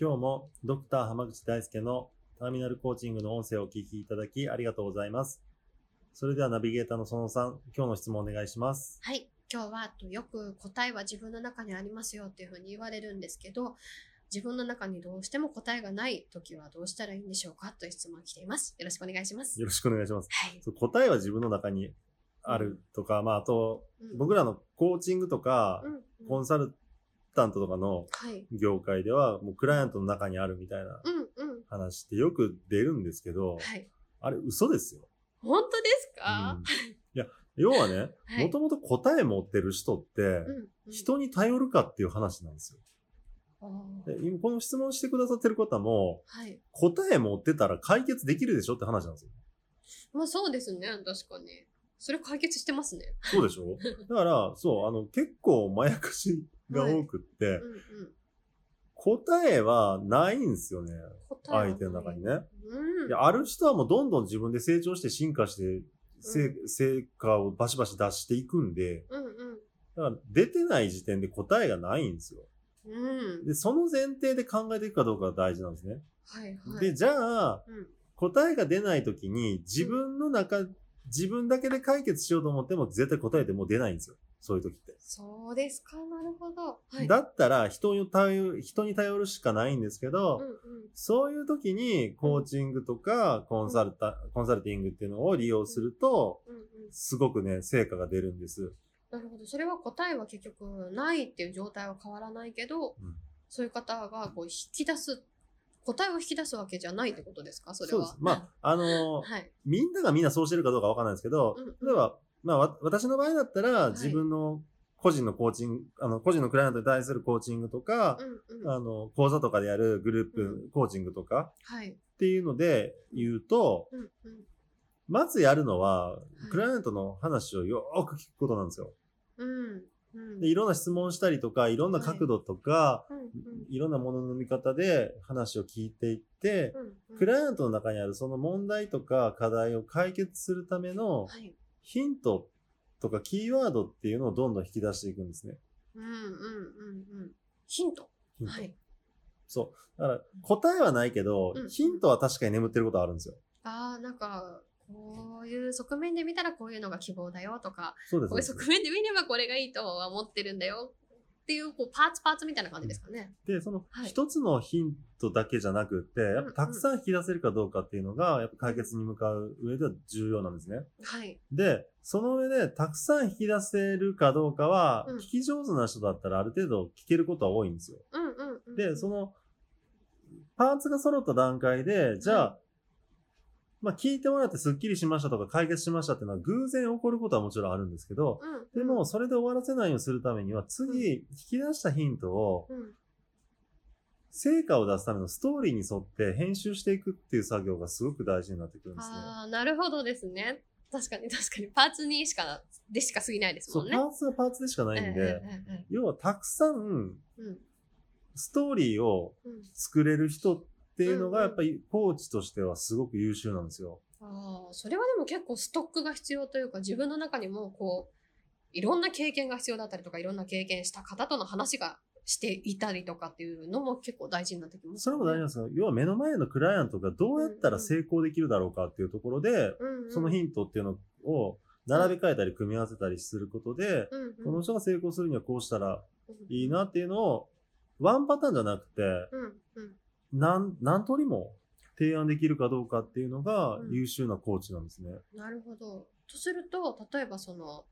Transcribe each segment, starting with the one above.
今日もドクター浜口大輔のターミナルコーチングの音声をお聞きいただきありがとうございます。それではナビゲーターのそのさん、今日の質問お願いします。はい。今日はとよく答えは自分の中にありますよっていうふうに言われるんですけど、自分の中にどうしても答えがない時はどうしたらいいんでしょうかという質問が来ています。よろしくお願いします。よろしくお願いします。はい。そう答えは自分の中にあるとか、まああと、うん僕らのコーチングとかう、ん、コうんンサルタントとかのはい。業界では、もうクライアントの中にあるみたいなうんうん。話ってよく出るんですけど、はい。あれ嘘ですよ。本当ですうかん、いや、要はね、 はいもともと答え持ってる人ってう、ん、うん。人に頼るかっていう話なんですよ。あーで今この質問してくださってる方も、はい。答え持ってたら解決できるでしょって話なんですよ。まあそうですね。確かに。それ解決してますね。そう でしょだから、そう、あの、結構まやかしが多くって、うんうん。答えはないんですよね。答えは相手の中に。ね。うん。いや、ある人はもうどんどん自分で成長して進化して、せう成果をバシバシ出していくんで、うんうん。だから出てない時点で答えがないんですよ。うん。で、その前提で考えていくかどうかが大事なんですね。はいはい。で、じゃあ、うん。答えが出ないときに自分の中、自分だけで解決しようと思っても絶対答えてもう出ないんですよ。そういう時って。そうですか。なるほど。はい。だったら人に頼る、人に頼るしかないんですけど、うんうん。そういう時にコーチングとかコンサルタ、コンサルティングっていうのを利用すると、うんうん。すごくね、成果が出るんです。なるほど。それは答えは結局ないっていう状態は変わらないけど、うんそういう方がこう引き出す、答えを引き出すわけじゃないってことですかそれは。です。 まあ、あのーはい。みんながみんなそうしてるかどうかわかんないですけど、うん例えば、まあ、わ私の場合だったら、い自分の個人のコーチング、あの、個人のクライアントに対するコーチングとか、うんうん。あの、講座とかでやるグループ、コーチングとかはい。っていうので言うと、うんうん。まずやるのは、クライアントの話をよーく聞くことなんですよ。うんうん。で、いろんな質問したりとか、いろんな角度とか、うんうんいろんなものの見方で話を聞いていって、うんうんクライアントの中にあるその問題とか課題を解決するためのはい。ヒントとかキーワードっていうのをどんどん引き出していくんですね。うんうんうんうん。ヒント。ヒントはい。そう。だから答えはないけどう、んヒントは確かに眠ってることあるんですよ。ああ、なんか、こういう側面で見たらこういうのが希望だよとか、そうですこそうでいう側す。面で見ればこれがいいとは思ってるんだよっていう、こう、パーツパーツみたいな感じですかね。で、そのはい一つのヒントだけじゃなくって、やっぱたくさん引き出せるかどうかっていうのが、やっぱ解決に向かう上では重要なんですね。はい。で、その上で、たくさん引き出せるかどうかは、うん聞き上手な人だったらある程度聞けることは多いんですよ。うんうんうん。で、その、パーツが揃った段階で、じゃあ、まあ聞いてもらってスッキリしましたとか解決しましたっていうのは偶然起こることはもちろんあるんですけど、うんうん、でも、それで終わらせないようにするためには、次、引き出したヒントを、うん、成果を出すためのストーリーに沿って編集していくっていう作業がすごく大事になってくるんですね。ああ、なるほどですね。確かに確かに。パーツにしか、でしか過ぎないですそもう、んパね。ーツはパーツでしかないんええで、え要はたくさんえええうんストーリーをうん作れる人っていうのうが、んやっぱりコーチとしてはすごく優秀なんですよ。ああ、それはでも結構ストックが必要というか、自分の中にもこう、いろんな経験が必要だったりとか、いろんな経験した方との話がしていたりとかっていうのも結構大事になってきます、それも大事なんですけど、要は目の前のクライアントがどうやったら成功できるだろうかっていうところで、うんうん、そのヒントっていうのを並べ替えたり組み合わせたりすることで、うんうん、この人が成功するにはこうしたらうんいいなっていうのを、ワンパターンじゃなくて、うんうん。何、何通りも提案できるかどうかっていうのがうん優秀なコーチなんですね。なるほど。とすると、例えばその、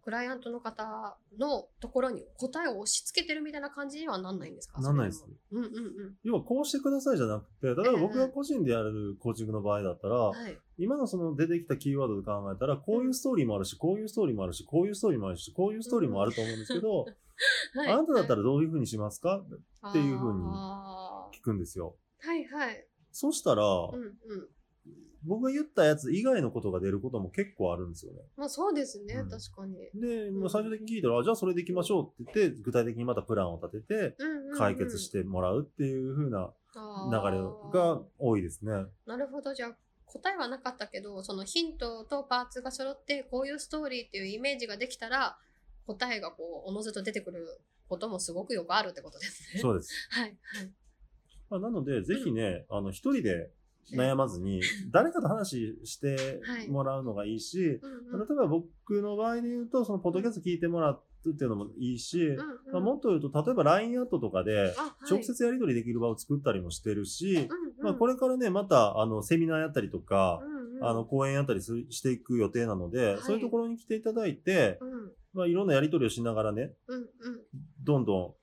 クライアントの方のところに答えを押し付けてるみたいな感じにはなんないんですかなんないですそ。れもうんうん要はこうしてくださいじゃなくて、例えば僕が個人でやるコーチングの場合だったらうん。、はい。今のその出てきたキーワードで考えたら、こういうストーリーもあるし、こういうストーリーもあるし、こういうストーリーもあるし、こういうストーリーもあると思うんですけど、 はいあなただったららどういうふうにしますかっていう風には聞くんですよ。いはい。そうしたら、うんうん。僕が言ったやつ以外のことが出ることも結構あるんですよね。まあそうですね、うん確かに。で、まあ、最終的に聞いたら、あじゃあそれでいきましょうって言って、具体的にまたプランを立てて、うんうんうん解決してもらうっていう風な流れが多いですね。なるほど。じゃあ、答えはなかったけど、そのヒントとパーツが揃って、こういうストーリーっていうイメージができたら、答えがこう、おのずと出てくることもすごくよくあるってことですね。そうです。 はい。はい。まあ、なので、ぜひね、あの、一人で悩まずに、 誰かと話してもらうのがいいし、うん例うんえば僕の場合で言うと、そのポッドキャスト聞いてもらうっていうのもいいし、うんうんまあ、もっと言うと、例えば LINE アットとかで、あはい直接やり取りできる場を作ったりもしてるし、うんうんまあ、これからね、また、あの、セミナーやったりとか、うんうんあの、講演やったりするしていく予定なので、はいそういうところに来ていただいて、うんうんまあ、いろんなやり取りをしながらね、うんどんどん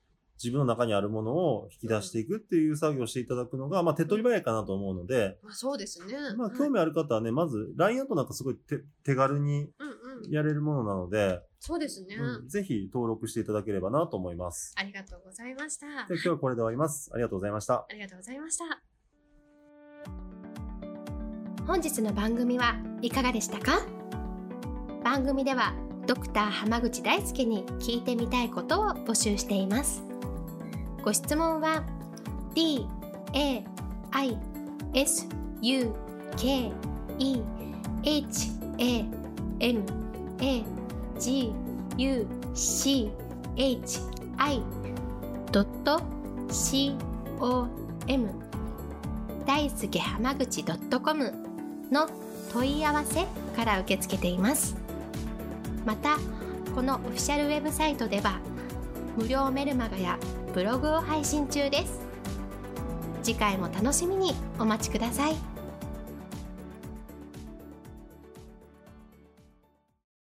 自分の中にあるものを引き出していくっていう作業をしていただくのが、まあ、手っ取り早いかなと思うので、まあそうですね。まあ、はい興味ある方はね、まず、LINE アートなんかすごい手手軽にうんうん。やれるものなので、そうですね。うんぜひ登録していただければなと思います。ありがとうございました。で今日はこれで終わります。ありがとうございました。ありがとうございました。本日の番組はいかがでしたか番組ではドクター濱口大輔に聞いてみたいことを募集していますご質問は d a i s u k e h a m a g u c h i c o m 大輔濱口 .com の問い合わせから受け付けていますまたこのオフィシャルウェブサイトでは無料メルマガやブログを配信中です次回も楽しみにお待ちください